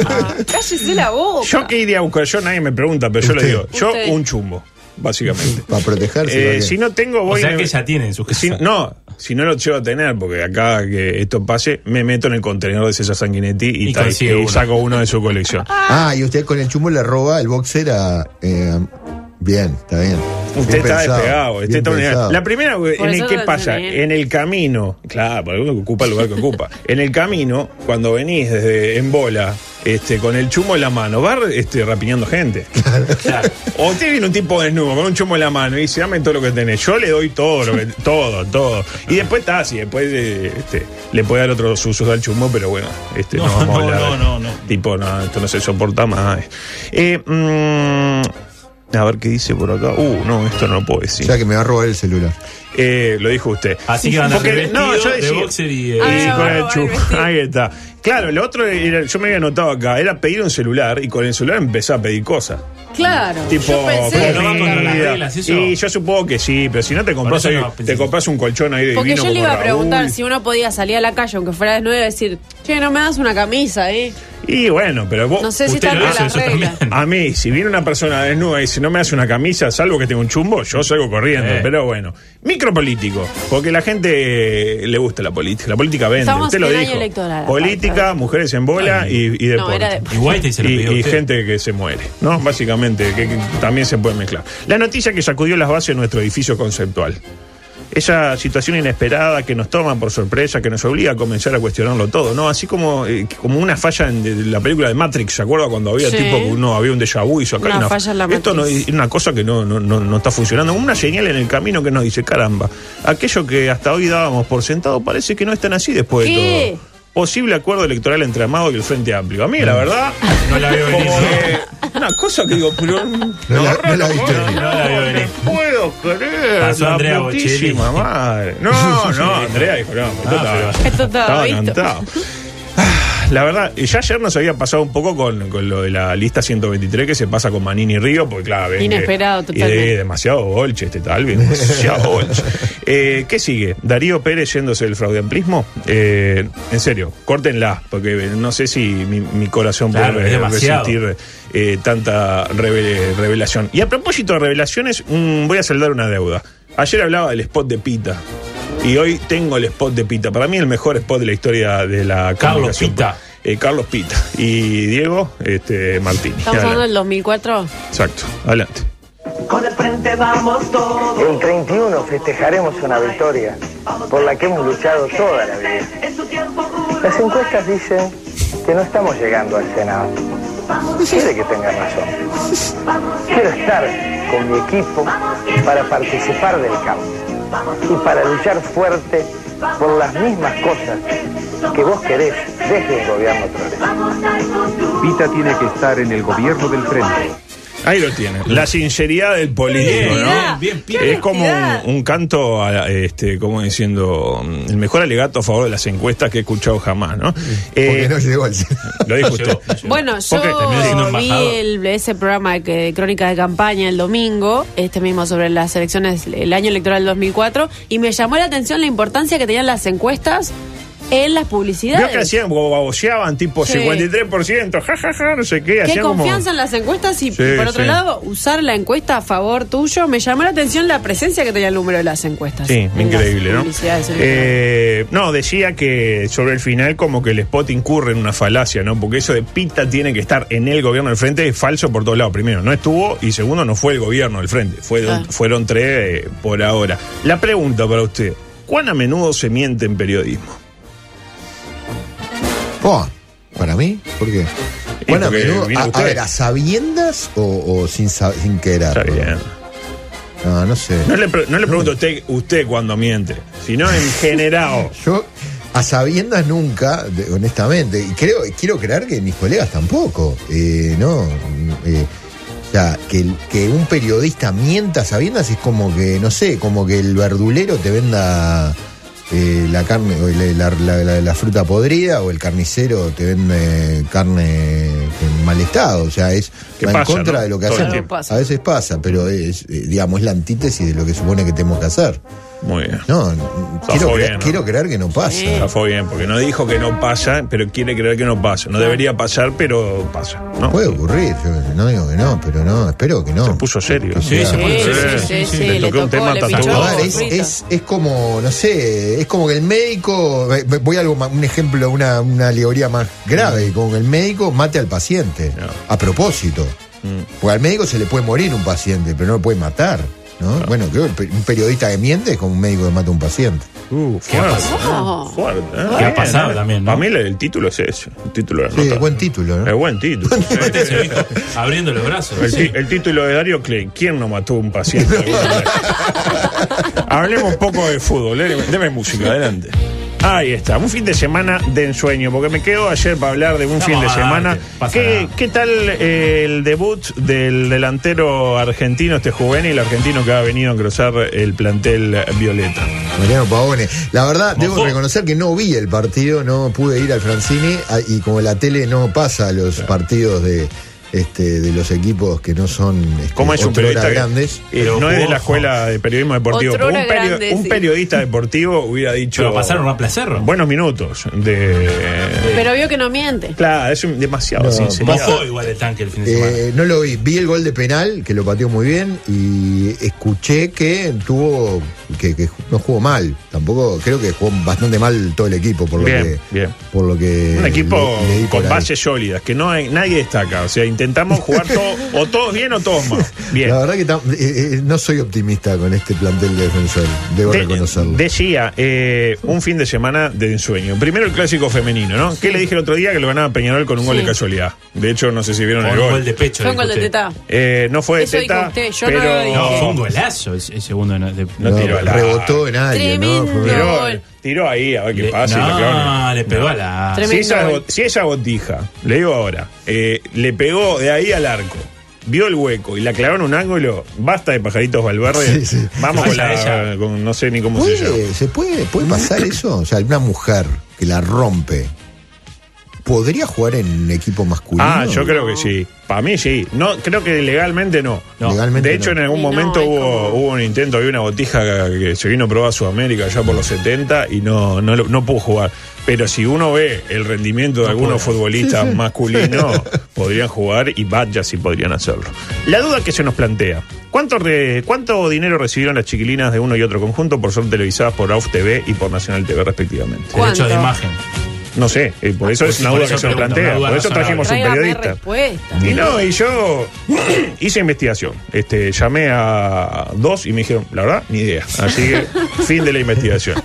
Speaker 3: ¡Ah! ¡Cállese la boca!
Speaker 1: Yo que iría a buscar, yo nadie me pregunta, pero yo le
Speaker 4: Usted.
Speaker 1: digo, yo
Speaker 3: Usted.
Speaker 1: un chumbo, básicamente.
Speaker 4: Para protegerse.
Speaker 1: Eh,
Speaker 4: ¿para qué?
Speaker 1: si no tengo,
Speaker 2: O
Speaker 1: voy
Speaker 2: sea
Speaker 1: y-
Speaker 2: que ya tiene en su casa.
Speaker 1: si- no, si no lo llevo a tener, porque acá que esto pase, me meto en el contenedor de César Sanguinetti y,
Speaker 2: Y
Speaker 1: tal,
Speaker 2: consigue
Speaker 1: y
Speaker 2: uno.
Speaker 1: saco uno de su colección.
Speaker 4: Ah, y usted con el chumbo le roba el boxer a. eh, bien, está bien.
Speaker 1: Usted
Speaker 4: Bien
Speaker 1: está
Speaker 4: pensado,
Speaker 1: despegado, usted
Speaker 4: bien
Speaker 1: está
Speaker 4: pensado.
Speaker 1: unidad. La primera, ¿en el
Speaker 3: eso
Speaker 1: qué
Speaker 3: lo
Speaker 1: pasa?
Speaker 3: hacen bien.
Speaker 1: En el camino, claro, porque uno que ocupa el lugar que ocupa. En el camino, cuando venís desde en bola este, con el chumo en la mano, va este, rapiñando gente. Claro. O usted viene un tipo desnudo con un chumo en la mano y dice, dame todo lo que tenés. Yo le doy todo, lo que, todo, todo. Y después está así, después eh, este, le puede dar otros usos al chumo, pero bueno, este, no,
Speaker 2: No,
Speaker 1: vamos a
Speaker 2: no,
Speaker 1: hablar.
Speaker 2: no, no, no.
Speaker 1: Tipo, no, esto no se soporta más. Eh, mm, a ver qué dice por acá. Uh, no, esto no lo puedo decir.
Speaker 4: O sea que me va a robar el celular.
Speaker 1: Eh, lo dijo usted.
Speaker 2: Así que van a
Speaker 1: Porque-
Speaker 2: ser
Speaker 1: no, yo
Speaker 2: vestidos de
Speaker 1: decía-
Speaker 2: boxer y,
Speaker 1: y
Speaker 2: eh, Ah,
Speaker 1: con el
Speaker 2: van a
Speaker 1: chu- Ahí está. Claro, lo otro era- yo me había anotado acá, era pedir un celular y con el celular empezó a pedir cosas.
Speaker 3: Claro.
Speaker 1: Tipo,
Speaker 3: yo pensé.
Speaker 1: comida,
Speaker 2: no va contra las reglas, eso.
Speaker 1: Y yo supongo que sí, pero si no te compras,
Speaker 2: Por eso
Speaker 1: ahí-
Speaker 2: no,
Speaker 1: te
Speaker 2: pensé.
Speaker 1: compras un colchón ahí de
Speaker 3: Porque
Speaker 1: vino
Speaker 3: yo le
Speaker 1: como
Speaker 3: iba a preguntar
Speaker 1: Raúl.
Speaker 3: si uno podía salir a la calle, aunque fuera desnudo, y decir, che, no me das una camisa, ¿eh?
Speaker 1: Y bueno, pero vos.
Speaker 3: No sé si Usted está lo entre hizo las eso reglas.
Speaker 1: A mí, si viene una persona desnuda y si no me hace una camisa, salvo que tenga un chumbo, yo salgo corriendo.
Speaker 2: Eh.
Speaker 1: Pero bueno. Micropolítico. Porque la gente eh, le gusta la política. La política vende.
Speaker 3: Estamos
Speaker 1: usted lo
Speaker 3: en año
Speaker 1: dijo.
Speaker 3: electoral,
Speaker 1: Política, mujeres en bola y, y
Speaker 3: No,
Speaker 1: deporte.
Speaker 3: era deporte. Y
Speaker 2: Whitey se lo
Speaker 1: Y-
Speaker 2: pidió a
Speaker 1: y
Speaker 2: usted.
Speaker 1: gente que se muere. ¿No? Básicamente, que, que también se puede mezclar. La noticia que sacudió las bases de nuestro edificio conceptual. Esa situación inesperada que nos toma por sorpresa, que nos obliga a comenzar a cuestionarlo todo, ¿no? Así como, eh, como una falla en de- de la película de Matrix, ¿se acuerda cuando había
Speaker 3: Sí.
Speaker 1: tipo que uno había un déjà vu y hizo acá
Speaker 3: Una
Speaker 1: hay
Speaker 3: falla en la
Speaker 1: Esto no,
Speaker 3: Matrix.
Speaker 1: es una cosa que no, no, no, no está funcionando, como una señal en el camino que nos dice, caramba, aquello que hasta hoy dábamos por sentado parece que no es tan así después de
Speaker 3: ¿Qué?
Speaker 1: todo. Posible acuerdo electoral entre Amado y el Frente Amplio. A mí, la verdad,
Speaker 2: No la veo venir.
Speaker 1: como que- una cosa que digo, pero
Speaker 4: No la- no la viste
Speaker 1: no,
Speaker 4: venir.
Speaker 2: No la veo
Speaker 1: te
Speaker 2: venir.
Speaker 1: puedo creer.
Speaker 2: Pasó
Speaker 1: la
Speaker 2: Andrea Bocelli.
Speaker 1: putísima madre. No, no, Andrea dijo, no, esto
Speaker 2: Ah,
Speaker 1: estaba-
Speaker 2: pero-
Speaker 3: Esto estaba
Speaker 1: estaba
Speaker 3: visto.
Speaker 1: cantado. Ah, La verdad, ya ayer nos había pasado un poco con, con lo de la lista 123 que se pasa con Manini y Río, porque claro, ven que-
Speaker 3: Inesperado,
Speaker 1: y de-
Speaker 3: totalmente.
Speaker 1: demasiado bolche este tal, bien, demasiado bolche. Eh, ¿Qué sigue? ¿Darío Pérez yéndose del fraudeamplismo? Eh, en serio, córtenla, porque no sé si mi, mi corazón
Speaker 2: Claro,
Speaker 1: puede
Speaker 2: es demasiado.
Speaker 1: resistir eh, tanta revele- revelación. Y a propósito de revelaciones, mm, voy a saldar una deuda. Ayer hablaba del spot de Pita. Y hoy tengo el spot de Pita. Para mí el mejor spot de la historia de la
Speaker 2: Carlos
Speaker 1: comunicación.
Speaker 2: Pita.
Speaker 1: Eh, Carlos Pita. Y Diego este, Martini.
Speaker 3: Estamos hablando del 2004.
Speaker 1: Exacto. Adelante.
Speaker 12: Con el frente vamos todos. El 31 festejaremos una victoria por la que hemos luchado toda la vida. Las encuestas dicen que no estamos llegando al Senado. Quiere que tenga razón. Quiero estar con mi equipo para participar del campo y para luchar fuerte por las mismas cosas que vos querés desde el gobierno progresista.
Speaker 13: Pita tiene que estar en el gobierno del frente.
Speaker 1: Ahí lo tienen. La sinceridad del político, ¿no?
Speaker 2: Bien, bien, bien.
Speaker 1: es como un, un canto, a, este, como diciendo, mm, el mejor alegato a favor de las encuestas que he escuchado jamás, ¿no?
Speaker 4: Porque
Speaker 1: Eh,
Speaker 4: no llegó al
Speaker 1: Lo dijo usted.
Speaker 3: Bueno,
Speaker 1: Porque terminó siendo
Speaker 3: yo vi
Speaker 1: embajador.
Speaker 3: el- ese programa que- de crónica de campaña el domingo, este mismo sobre las elecciones, el año electoral del 2004, y me llamó la atención la importancia que tenían las encuestas en las publicidades.
Speaker 1: Vio que hacían, como baboseaban, tipo
Speaker 3: Sí.
Speaker 1: 53%, jajaja, no sé qué.
Speaker 3: Qué
Speaker 1: hacían como-
Speaker 3: confianza en las encuestas y,
Speaker 1: Sí,
Speaker 3: por otro
Speaker 1: sí.
Speaker 3: lado, usar la encuesta a favor tuyo. Me llamó la atención la presencia que tenía el número de las encuestas.
Speaker 1: Sí,
Speaker 3: en
Speaker 1: increíble,
Speaker 3: las
Speaker 1: ¿no?
Speaker 3: publicidades, en el
Speaker 1: Eh, no, decía que sobre el final como que el spot incurre en una falacia, ¿no? Porque eso de Pita tiene que estar en el gobierno del frente es falso por todos lados. Primero, no estuvo y segundo, no fue el gobierno del frente. Fue-
Speaker 3: Ah.
Speaker 1: Fueron tres eh, por ahora. La pregunta para usted, ¿cuán a menudo se miente en periodismo?
Speaker 4: Oh, ¿Para mí? ¿Por qué? Bueno, a,
Speaker 1: porque
Speaker 4: menudo-
Speaker 1: vino
Speaker 4: a- a
Speaker 1: usted.
Speaker 4: ver, ¿a sabiendas o, o sin, sa- sin querer?
Speaker 1: Está bien.
Speaker 4: No, no sé.
Speaker 1: No le, pre- no le pregunto a usted, usted cuando miente, sino en general.
Speaker 4: Yo a sabiendas nunca, de- honestamente, y creo, quiero creer que mis colegas tampoco. Eh, no. eh, o sea, que, el- que un periodista mienta a sabiendas es como que, no sé, como que el verdulero te venda eh, la carne, o la, la- la- la- la fruta podrida, o el carnicero te vende carne en mal estado. O sea, es
Speaker 1: Que
Speaker 4: va
Speaker 1: pasa,
Speaker 4: en contra
Speaker 1: ¿no?
Speaker 4: de lo que
Speaker 1: Todo el
Speaker 4: hacemos.
Speaker 1: tiempo.
Speaker 4: A veces pasa, pero es, eh, digamos, es la antítesis de lo que supone que tenemos que hacer.
Speaker 1: Muy bien.
Speaker 4: No, quiero,
Speaker 1: fue
Speaker 4: cre-
Speaker 1: bien, ¿no?
Speaker 4: quiero creer que no pasa.
Speaker 1: Zafó bien, porque no dijo que no pasa, pero quiere creer que no pasa. No debería pasar, pero pasa. ¿no?
Speaker 4: Puede ocurrir, yo no digo que no, pero no, espero que no.
Speaker 1: Se puso serio.
Speaker 4: Sí, se puso
Speaker 3: Sí, serio. sí, sí, sí,
Speaker 1: Le
Speaker 3: le
Speaker 1: toqué un
Speaker 3: tocó,
Speaker 1: tema
Speaker 3: le
Speaker 1: tatuado.
Speaker 3: pinchó.
Speaker 4: A ver, es,
Speaker 3: frito.
Speaker 4: es- es como, no sé, es como que el médico, ve- ve- voy a algo, ma- un ejemplo, una, una alegoría más grave,
Speaker 1: Mm.
Speaker 4: como que el médico mate al paciente, a propósito.
Speaker 1: Mm.
Speaker 4: Porque al médico se le puede morir un paciente, pero no lo puede matar. ¿no? Bueno, creo que el pe- un periodista que miente es como un médico que mata a un paciente.
Speaker 1: Uh,
Speaker 2: ¿Qué ha
Speaker 1: fuerte,
Speaker 2: pasado?
Speaker 1: ¿no? Fuerte, ¿eh?
Speaker 2: ¿Qué ha
Speaker 1: Bien,
Speaker 2: pasado
Speaker 1: ¿eh?
Speaker 2: también, no?
Speaker 1: Para mí el, el título es ese. El título de la
Speaker 4: Sí,
Speaker 1: nota.
Speaker 4: buen título, ¿no?
Speaker 1: Es buen título. Sí, sí, sí.
Speaker 2: Abriendo los brazos.
Speaker 1: El, ti- el título de Dario Klein, ¿quién no mató a un paciente? Hablemos un poco de fútbol, eh. deme música, adelante. Ahí está, un fin de semana de ensueño, porque me quedo ayer para hablar de un
Speaker 2: Vamos
Speaker 1: fin de
Speaker 2: a darte,
Speaker 1: semana.
Speaker 2: pasa
Speaker 1: ¿Qué,
Speaker 2: nada.
Speaker 1: qué tal eh, el debut del delantero argentino, este juvenil argentino que ha venido a engrosar el plantel violeta?
Speaker 4: Mariano Pavone. La verdad, debo
Speaker 1: Mojó.
Speaker 4: reconocer que no vi el partido, no pude ir al Francini a- y como la tele no pasa los partidos de, este, de los equipos que no son este,
Speaker 1: ¿Cómo es un
Speaker 4: otrora
Speaker 1: periodista que-
Speaker 4: grandes.
Speaker 1: eh, no es de la escuela de periodismo deportivo. pero
Speaker 3: Otrora
Speaker 1: Un, perio-
Speaker 3: grande,
Speaker 1: un
Speaker 3: sí.
Speaker 1: periodista deportivo hubiera dicho.
Speaker 2: Pero pasaron a placer.
Speaker 1: Buenos minutos de.
Speaker 3: Pero vio que no miente.
Speaker 1: Claro, es un- demasiado
Speaker 4: No,
Speaker 1: sinceridad.
Speaker 2: Mojó igual el tanque el fin de semana.
Speaker 4: Eh, no lo vi, vi el gol de penal que lo pateó muy bien y escuché que tuvo que, que no jugó mal, tampoco creo que jugó bastante mal todo el equipo por lo
Speaker 1: Bien,
Speaker 4: que
Speaker 1: bien.
Speaker 4: por lo que
Speaker 1: Un equipo
Speaker 4: le- leí por
Speaker 1: con
Speaker 4: ahí.
Speaker 1: bases sólidas, que no hay- nadie destaca. O sea, intentamos jugar todo, o todos bien o todos mal. Bien.
Speaker 4: La verdad que tam- eh, eh, no soy optimista con este plantel de defensor, debo
Speaker 1: De-
Speaker 4: reconocerlo.
Speaker 1: decía, eh, un fin de semana de ensueño. Primero el clásico femenino, ¿no? ¿Qué le dije el otro día? Que lo ganaba Peñarol con un gol
Speaker 3: Sí.
Speaker 1: de casualidad. De hecho, no sé si vieron
Speaker 2: Con
Speaker 1: el
Speaker 2: un
Speaker 1: gol.
Speaker 2: gol de pecho.
Speaker 3: Fue un
Speaker 2: dijo
Speaker 3: gol de
Speaker 2: usted.
Speaker 3: teta.
Speaker 1: Eh, no fue de
Speaker 3: Eso dijo
Speaker 1: teta,
Speaker 3: usted, yo no
Speaker 1: pero...
Speaker 3: lo dije.
Speaker 2: No, fue un golazo el, el segundo de, de-
Speaker 1: No,
Speaker 4: No,
Speaker 1: tiró al área.
Speaker 4: rebotó en área, ¿no? Fue-
Speaker 3: Tremendo.
Speaker 1: Tiró,
Speaker 3: Gol.
Speaker 1: tiró ahí a ver qué
Speaker 2: Le-
Speaker 1: pasa. y la
Speaker 2: no,
Speaker 1: clavaron.
Speaker 2: le pegó a la-
Speaker 1: Si
Speaker 3: Tremendo
Speaker 1: esa,
Speaker 3: gol.
Speaker 1: bo- si esa botija, le digo ahora, eh, le pegó de ahí al arco. Vio el hueco y la clavó en un ángulo. Basta de pajaritos Valverde.
Speaker 4: Sí, sí.
Speaker 1: Vamos con
Speaker 2: Vaya
Speaker 1: la.
Speaker 2: ella.
Speaker 1: con- no sé ni cómo se llama.
Speaker 4: ¿Puede, ¿Se puede, puede pasar eso? O sea, una mujer que la rompe, ¿podría jugar en un equipo masculino?
Speaker 1: Ah, yo creo que sí. Para mí sí. No, creo que legalmente no.
Speaker 4: No. Legalmente
Speaker 1: de hecho,
Speaker 4: no.
Speaker 1: en algún
Speaker 3: Y no,
Speaker 1: momento
Speaker 3: es
Speaker 1: hubo,
Speaker 3: como-
Speaker 1: hubo un intento, había una botija que se vino a probar a Sudamérica ya por los 70 y no, no, lo- no pudo jugar. Pero si uno ve el rendimiento de algunos futbolistas masculinos, podrían jugar y vaya si podrían hacerlo. La duda que se nos plantea, ¿cuánto, re- ¿cuánto dinero recibieron las chiquilinas de uno y otro conjunto por ser televisadas por AUF TV y por Nacional TV respectivamente?
Speaker 2: Derecho de
Speaker 3: ¿Cuánto?
Speaker 2: imagen.
Speaker 1: No sé, eh, por eso
Speaker 2: Por
Speaker 1: es una
Speaker 2: eso
Speaker 1: duda que se nos
Speaker 2: pregunto,
Speaker 1: plantea.
Speaker 2: una duda
Speaker 1: Por eso trajimos un
Speaker 3: Tráigame
Speaker 1: periodista.
Speaker 3: respuesta.
Speaker 1: Y no, y yo hice investigación. Este, llamé a dos y me dijeron, la verdad, ni idea. Así que fin de la investigación.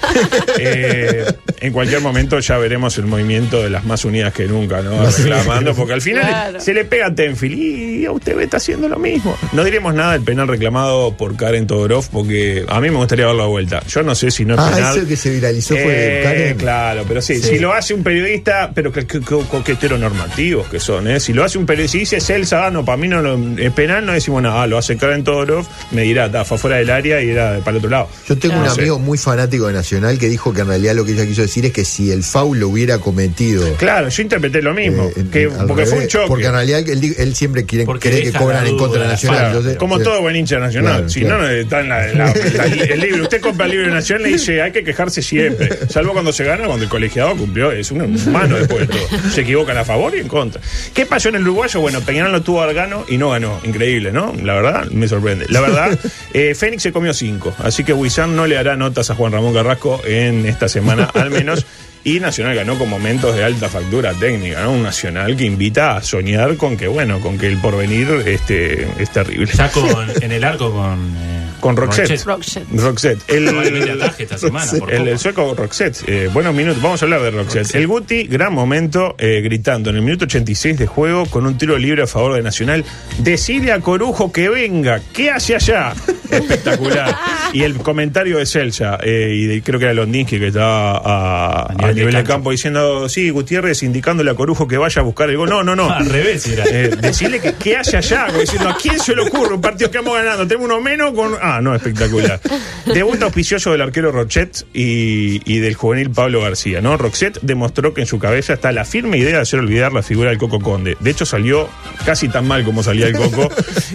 Speaker 1: Eh, en cualquier momento ya veremos el movimiento de las más unidas que nunca, ¿no? Reclamando, porque al final
Speaker 3: Claro.
Speaker 1: se le pega a Tenfield y a usted está haciendo lo mismo. No diremos nada del penal reclamado por Karen Todorov, porque a mí me gustaría ver la vuelta. Yo no sé si no es
Speaker 4: Ah,
Speaker 1: penal.
Speaker 4: eso que se viralizó fue de
Speaker 1: Eh,
Speaker 4: Karen.
Speaker 1: Claro, pero sí, si lo hace un periodista, pero que, que- que- que heteronormativos que son, ¿eh? Si lo hace un periodista, si dice Celsa, ah, no, para mí no, no- es penal, no decimos nada, ah, lo hace Karen Todorov, me dirá, ta, fue fuera del área y era para el otro lado.
Speaker 4: Yo tengo
Speaker 1: No
Speaker 4: un
Speaker 1: sé.
Speaker 4: amigo muy fanático de Nacional que dijo que en realidad lo que ella quiso decir es que si el foul lo hubiera cometido.
Speaker 1: Claro, yo interpreté lo mismo,
Speaker 4: eh, en-
Speaker 1: que-
Speaker 4: al
Speaker 1: porque fue un
Speaker 4: revés,
Speaker 1: choque.
Speaker 4: Porque en realidad él, di- él siempre quiere,
Speaker 2: Porque
Speaker 4: cree que
Speaker 2: deja
Speaker 4: cobran
Speaker 2: la
Speaker 4: en contra de
Speaker 2: duda,
Speaker 4: Nacional.
Speaker 1: Claro,
Speaker 4: entonces-
Speaker 1: como
Speaker 4: eh,
Speaker 1: todo buen hincha nacional,
Speaker 4: Claro,
Speaker 1: si
Speaker 4: claro.
Speaker 1: no, está en la, la- la- el libro. Usted compra el libro de nacional y dice, hay que quejarse siempre, salvo cuando se gana, cuando el colegiado cumplió, es un humano después de todo. Se equivocan a favor y en contra. ¿Qué pasó en el uruguayo? Bueno, Peñarol lo tuvo a Argano y no ganó. Increíble, ¿no? La verdad, me sorprende. La verdad, eh, Fénix se comió cinco, así que Huizán no le hará notas a Juan Ramón Carrasco en esta semana, al menos. Y Nacional ganó con momentos de alta factura técnica, ¿no? Un Nacional que invita a soñar con que, bueno, con que el porvenir este, es terrible.
Speaker 2: Ya con, en el arco con. eh,
Speaker 1: Con Roxette.
Speaker 3: Roxette.
Speaker 1: Roxette. El,
Speaker 2: Probablemente ataje esta semana. por
Speaker 1: el,
Speaker 2: poco.
Speaker 1: el sueco Roxette. Eh, buenos minutos. Vamos a hablar de Roxette. El Guti, gran momento, eh, gritando en el minuto 86 de juego con un tiro libre a favor de Nacional. Decile a Corujo que venga. ¿Qué hace allá? Espectacular. Y el comentario de Celsa, eh, y de- creo que era Londinsky que estaba a, a nivel,
Speaker 2: nivel de
Speaker 1: de
Speaker 2: cancha.
Speaker 1: campo diciendo, sí, Gutiérrez indicándole a Corujo que vaya a buscar el gol. No, no, no.
Speaker 2: Al revés era.
Speaker 1: Eh, decirle que qué hace allá, como diciendo, ¿a quién se le ocurre un partido que vamos ganando? Tenemos uno menos con. Ah, no, espectacular. Debut auspicioso del arquero Rochet y, y del juvenil Pablo García, ¿no? Roxette demostró que en su cabeza está la firme idea de hacer olvidar la figura del Coco Conde. De hecho, salió casi tan mal como salía el Coco,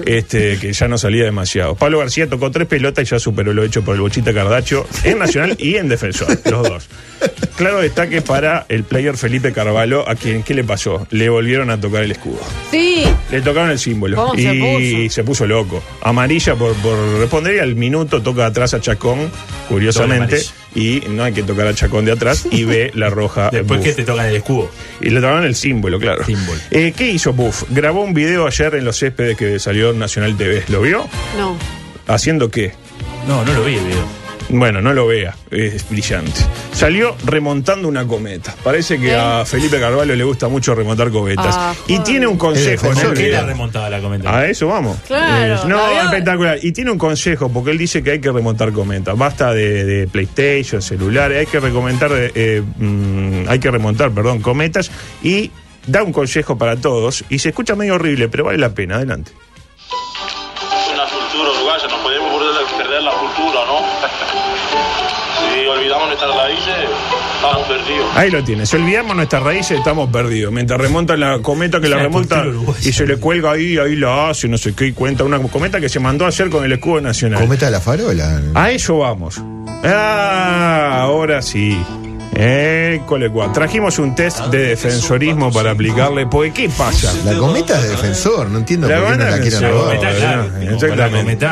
Speaker 1: este, que ya no salía demasiado. Pablo García tocó tres pelotas y ya superó lo hecho por el Bochita Cardacho en Nacional y en Defensor, los dos. Claro destaque para el player Felipe Carvalho, a quien, ¿qué le pasó? Le volvieron a tocar el escudo.
Speaker 3: Sí.
Speaker 1: Le tocaron el símbolo.
Speaker 3: ¿Cómo se
Speaker 1: Y se puso loco. Amarilla por, por responder y al minuto toca atrás a Chacón, curiosamente.
Speaker 2: Doble
Speaker 1: Y no hay que tocar a Chacón de atrás y ve la roja.
Speaker 2: Después
Speaker 1: Buff.
Speaker 2: que te tocan el escudo.
Speaker 1: Y le tocaron el símbolo, claro.
Speaker 2: Símbolo.
Speaker 1: Eh, ¿Qué hizo Buff? Grabó un video ayer en los céspedes que salió en Nacional TV. ¿Lo vio?
Speaker 3: No.
Speaker 1: ¿Haciendo qué?
Speaker 2: No, no lo vi el video.
Speaker 1: Bueno, no lo vea, es brillante. Salió remontando una cometa. Parece que a Felipe Carvalho le gusta mucho remontar cometas.
Speaker 2: Ah,
Speaker 1: y tiene un consejo,
Speaker 2: ¿Por
Speaker 1: ¿no?
Speaker 2: qué la
Speaker 1: Que-
Speaker 2: remontada la comenta?
Speaker 1: A eso vamos.
Speaker 2: Claro,
Speaker 1: Eh, no,
Speaker 2: había-
Speaker 1: espectacular. Y tiene un consejo, porque él dice que hay que remontar cometas. Basta de, de PlayStation, celulares, hay que recomendar, eh, eh, mm, hay que remontar, perdón, cometas. Y da un consejo para todos. Y se escucha medio horrible, pero vale la pena. Adelante.
Speaker 14: una cultura uruguaya, no podemos perder- perder la cultura, ¿no? si olvidamos nuestras raíces, estamos perdidos.
Speaker 1: Ahí lo tienes. Si olvidamos nuestras raíces, estamos perdidos. Mientras remontan la cometa que la
Speaker 2: La
Speaker 1: remonta
Speaker 2: cultura uruguaya.
Speaker 1: y se le cuelga ahí, ahí la hace, no sé qué, y cuenta una cometa que se mandó ayer con el escudo nacional.
Speaker 4: Cometa de la farola.
Speaker 1: A ello vamos. Ah, ahora sí. École cuá. Trajimos un test de defensorismo para aplicarle. Porque, ¿qué pasa?
Speaker 4: La cometa es defensor, no entiendo por qué no la quieren robar.
Speaker 1: Exactamente.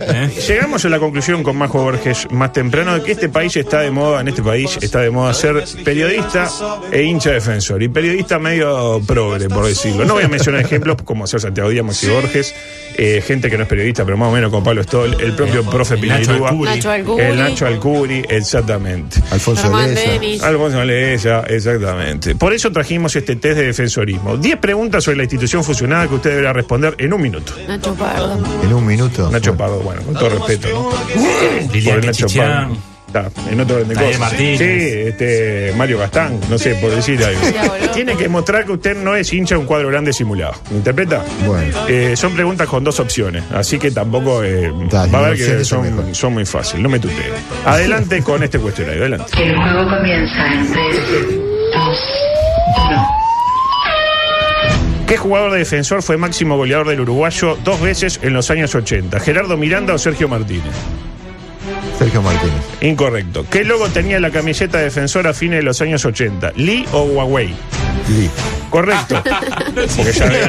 Speaker 2: ¿eh?
Speaker 1: Llegamos a la conclusión con Majo Borges más temprano de que este país está de moda, en este país está de moda ser periodista e hincha defensor. Y periodista medio progre, por decirlo. No voy a mencionar ejemplos como ser Santiago Díaz, Maxi Borges, eh, gente que no es periodista, pero más o menos con Pablo Stoll, el propio profe
Speaker 2: Nacho
Speaker 1: Pinalúa,
Speaker 2: Alcuri.
Speaker 3: Nacho Alcuri.
Speaker 1: el Eh, Nacho Alcuri, exactamente.
Speaker 4: Alfonso
Speaker 3: Germán Leza. Denis.
Speaker 1: Alfonso Leza, exactamente. Por eso trajimos este test de defensorismo. 10 preguntas sobre la institución fusionada que usted deberá responder en un minuto.
Speaker 3: Nacho Pardo.
Speaker 4: En un minuto.
Speaker 1: Nacho Pardo, bueno, con todo respeto. ¿no?
Speaker 2: Liliana
Speaker 1: Por Nacho
Speaker 2: Chichán.
Speaker 1: Pardo. Está, en otro orden de
Speaker 2: Daniel
Speaker 1: cosas.
Speaker 2: Martínez.
Speaker 1: Sí, este, Mario Gastán, no sé, por decir algo. Tiene que mostrar que usted no es hincha de un cuadro grande simulado. ¿Me interpreta?
Speaker 4: Bueno.
Speaker 1: Eh, son preguntas con dos opciones, así que tampoco eh,
Speaker 4: Está,
Speaker 1: va a ver
Speaker 4: las
Speaker 1: que
Speaker 4: opciones son
Speaker 1: son, son muy fáciles. No me tutee. Adelante con este cuestionario, adelante.
Speaker 5: El juego comienza en 3, 2,
Speaker 1: ¿Qué jugador de defensor fue máximo goleador del uruguayo dos veces en los años 80? ¿Gerardo Miranda o Sergio Martínez?
Speaker 4: Sergio Martínez.
Speaker 1: Incorrecto. ¿Qué logo tenía la camiseta defensora a fines de los años 80? ¿Lee o Huawei?
Speaker 4: Lee.
Speaker 1: Correcto. Porque ya veo.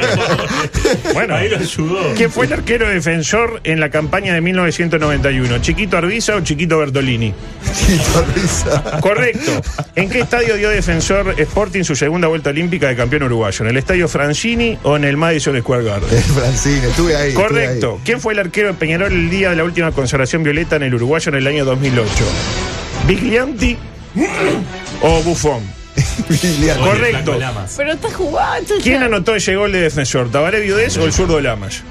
Speaker 1: Bueno,
Speaker 2: Ahí lo ayudó.
Speaker 1: ¿quién fue el arquero defensor en la campaña de 1991? ¿Chiquito Arbiza o Chiquito Bertolini?
Speaker 4: Chiquito Risa.
Speaker 1: Correcto. ¿En qué estadio dio defensor Sporting su segunda vuelta olímpica de campeón uruguayo? ¿En el estadio Francini o en el Madison Square Garden?
Speaker 4: Francine, estuve ahí. estuve
Speaker 1: Correcto. ¿Quién fue el arquero de Peñarol el día de la última consagración violeta en el uruguayo en el año 2008? ¿Viglianti o Buffon?
Speaker 4: ahí. Brillante.
Speaker 1: Correcto.
Speaker 3: Pero está jugando.
Speaker 1: ¿Quién anotó ese gol de defensor? ¿Tabaré Viudés o el zurdo Lamas?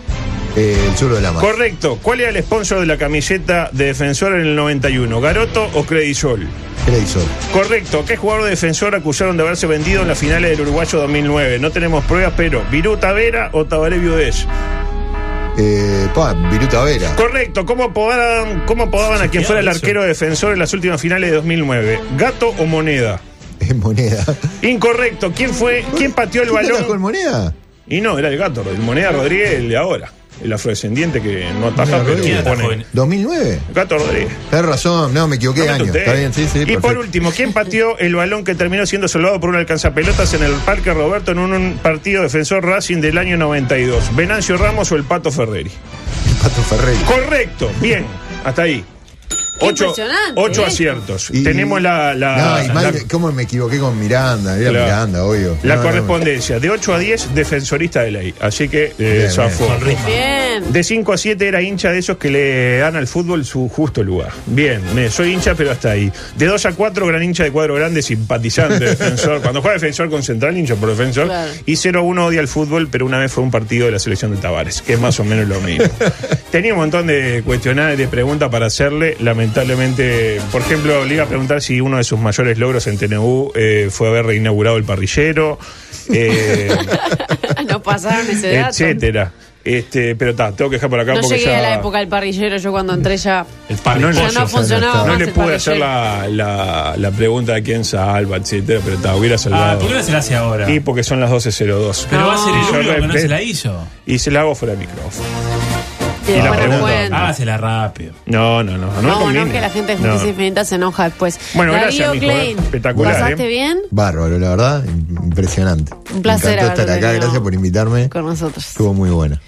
Speaker 4: Eh, el sur de la mano.
Speaker 1: Correcto. ¿Cuál era el sponsor de la camiseta de defensor en el 91? ¿Garoto o Credisol?
Speaker 4: Credisol.
Speaker 1: Correcto. ¿Qué jugador de defensor acusaron de haberse vendido en las finales del Uruguayo 2009? No tenemos pruebas, pero ¿Virú Tavera o Tabaré Viudés?
Speaker 4: Eh, pa, Viruta Vera.
Speaker 1: Correcto. ¿Cómo apodaban, cómo apodaban a quien fuera el arquero defensor en las últimas finales de 2009? ¿Gato o Moneda?
Speaker 4: Es moneda.
Speaker 1: Incorrecto. ¿Quién fue? ¿Quién pateó el
Speaker 4: ¿Quién
Speaker 1: balón?
Speaker 4: atajó el moneda?
Speaker 1: Y no, era el gato, el Moneda Rodríguez, el de ahora. El afrodescendiente que no ataja, pero
Speaker 2: ¿Quién atajó
Speaker 1: pone.
Speaker 2: en-
Speaker 4: ¿2009?
Speaker 1: Gato Rodríguez.
Speaker 4: Tenés razón, no, me equivoqué de
Speaker 1: No me
Speaker 4: año.
Speaker 1: tutee.
Speaker 4: Está bien, sí, sí.
Speaker 1: y por
Speaker 4: perfecto.
Speaker 1: último, ¿quién pateó el balón que terminó siendo salvado por un alcanzapelotas en el Parque Roberto en un, un partido defensor Racing del año 92? ¿Venancio Ramos o el Pato Ferreri?
Speaker 4: El Pato Ferrey.
Speaker 1: Correcto, bien, hasta ahí.
Speaker 3: Qué
Speaker 1: Ocho,
Speaker 3: impresionante,
Speaker 1: ocho
Speaker 3: ¿eh?
Speaker 1: aciertos.
Speaker 4: Y-
Speaker 1: Tenemos la, la,
Speaker 4: no, y mal,
Speaker 1: Ah, la-
Speaker 4: ¿cómo me equivoqué con Miranda? Era
Speaker 1: Claro.
Speaker 4: Miranda, obvio.
Speaker 1: la
Speaker 4: No, no,
Speaker 1: correspondencia. De 8 a 10, defensorista de ley. Así que eh,
Speaker 4: bien.
Speaker 1: zafó.
Speaker 2: Con ritmo.
Speaker 3: Bien.
Speaker 1: De 5 a 7 era hincha de esos que le dan al fútbol su justo lugar. Bien, me- soy hincha, pero hasta ahí. De 2 a 4, gran hincha de cuadro grande, simpatizante, defensor. Cuando juega defensor con central, hincha por defensor.
Speaker 3: Claro.
Speaker 1: Y 0 a 1 odia el fútbol, pero una vez fue un partido de la selección de Tavares, que es más o menos lo mismo. Tenía un montón de cuestionarios, de preguntas para hacerle. Lamentablemente, por ejemplo, le iba a preguntar si uno de sus mayores logros en TNU eh, fue haber reinaugurado el parrillero. Eh,
Speaker 3: Nos pasaron ese dato.
Speaker 1: etcétera. Este, pero está, tengo que dejar por acá
Speaker 3: No
Speaker 1: porque
Speaker 3: llegué
Speaker 1: ya Ah,
Speaker 3: a la época del parrillero, yo cuando entré ya.
Speaker 2: El par de
Speaker 1: No, no,
Speaker 2: pollos.
Speaker 3: Ya no funcionaba
Speaker 1: no
Speaker 3: más
Speaker 1: le
Speaker 3: el
Speaker 1: pude hacer
Speaker 3: parrillero.
Speaker 1: la, la, la pregunta de quién salva, etcétera, pero está, hubiera
Speaker 2: Ah, ¿por
Speaker 1: salvado.
Speaker 2: qué no se la hace ahora?
Speaker 1: y porque son las 12.02.
Speaker 2: Pero va a ser
Speaker 1: Y yo
Speaker 2: el único que no
Speaker 1: repet-
Speaker 2: se la hizo.
Speaker 1: Y se la hago fuera de micrófono.
Speaker 3: Y
Speaker 1: la
Speaker 3: después no
Speaker 1: pregunta. ah,
Speaker 3: cuento.
Speaker 2: Hágasela rápido.
Speaker 1: No, no, no. No,
Speaker 3: No, no,
Speaker 1: conviene.
Speaker 3: que la gente de
Speaker 1: No.
Speaker 3: Justicia Infinita se enoja después.
Speaker 1: Bueno, gracias,
Speaker 3: Darío
Speaker 1: mijo,
Speaker 3: Klein,
Speaker 1: eh. Espectacular,
Speaker 3: ¿Pasaste
Speaker 1: eh.
Speaker 3: bien?
Speaker 4: Bárbaro, la verdad, impresionante.
Speaker 3: Un placer
Speaker 4: Me encantó
Speaker 3: haberlo
Speaker 4: estar acá,
Speaker 3: tenido
Speaker 1: ¿Eh?
Speaker 4: gracias por invitarme.
Speaker 3: Con nosotros.
Speaker 4: Estuvo muy buena.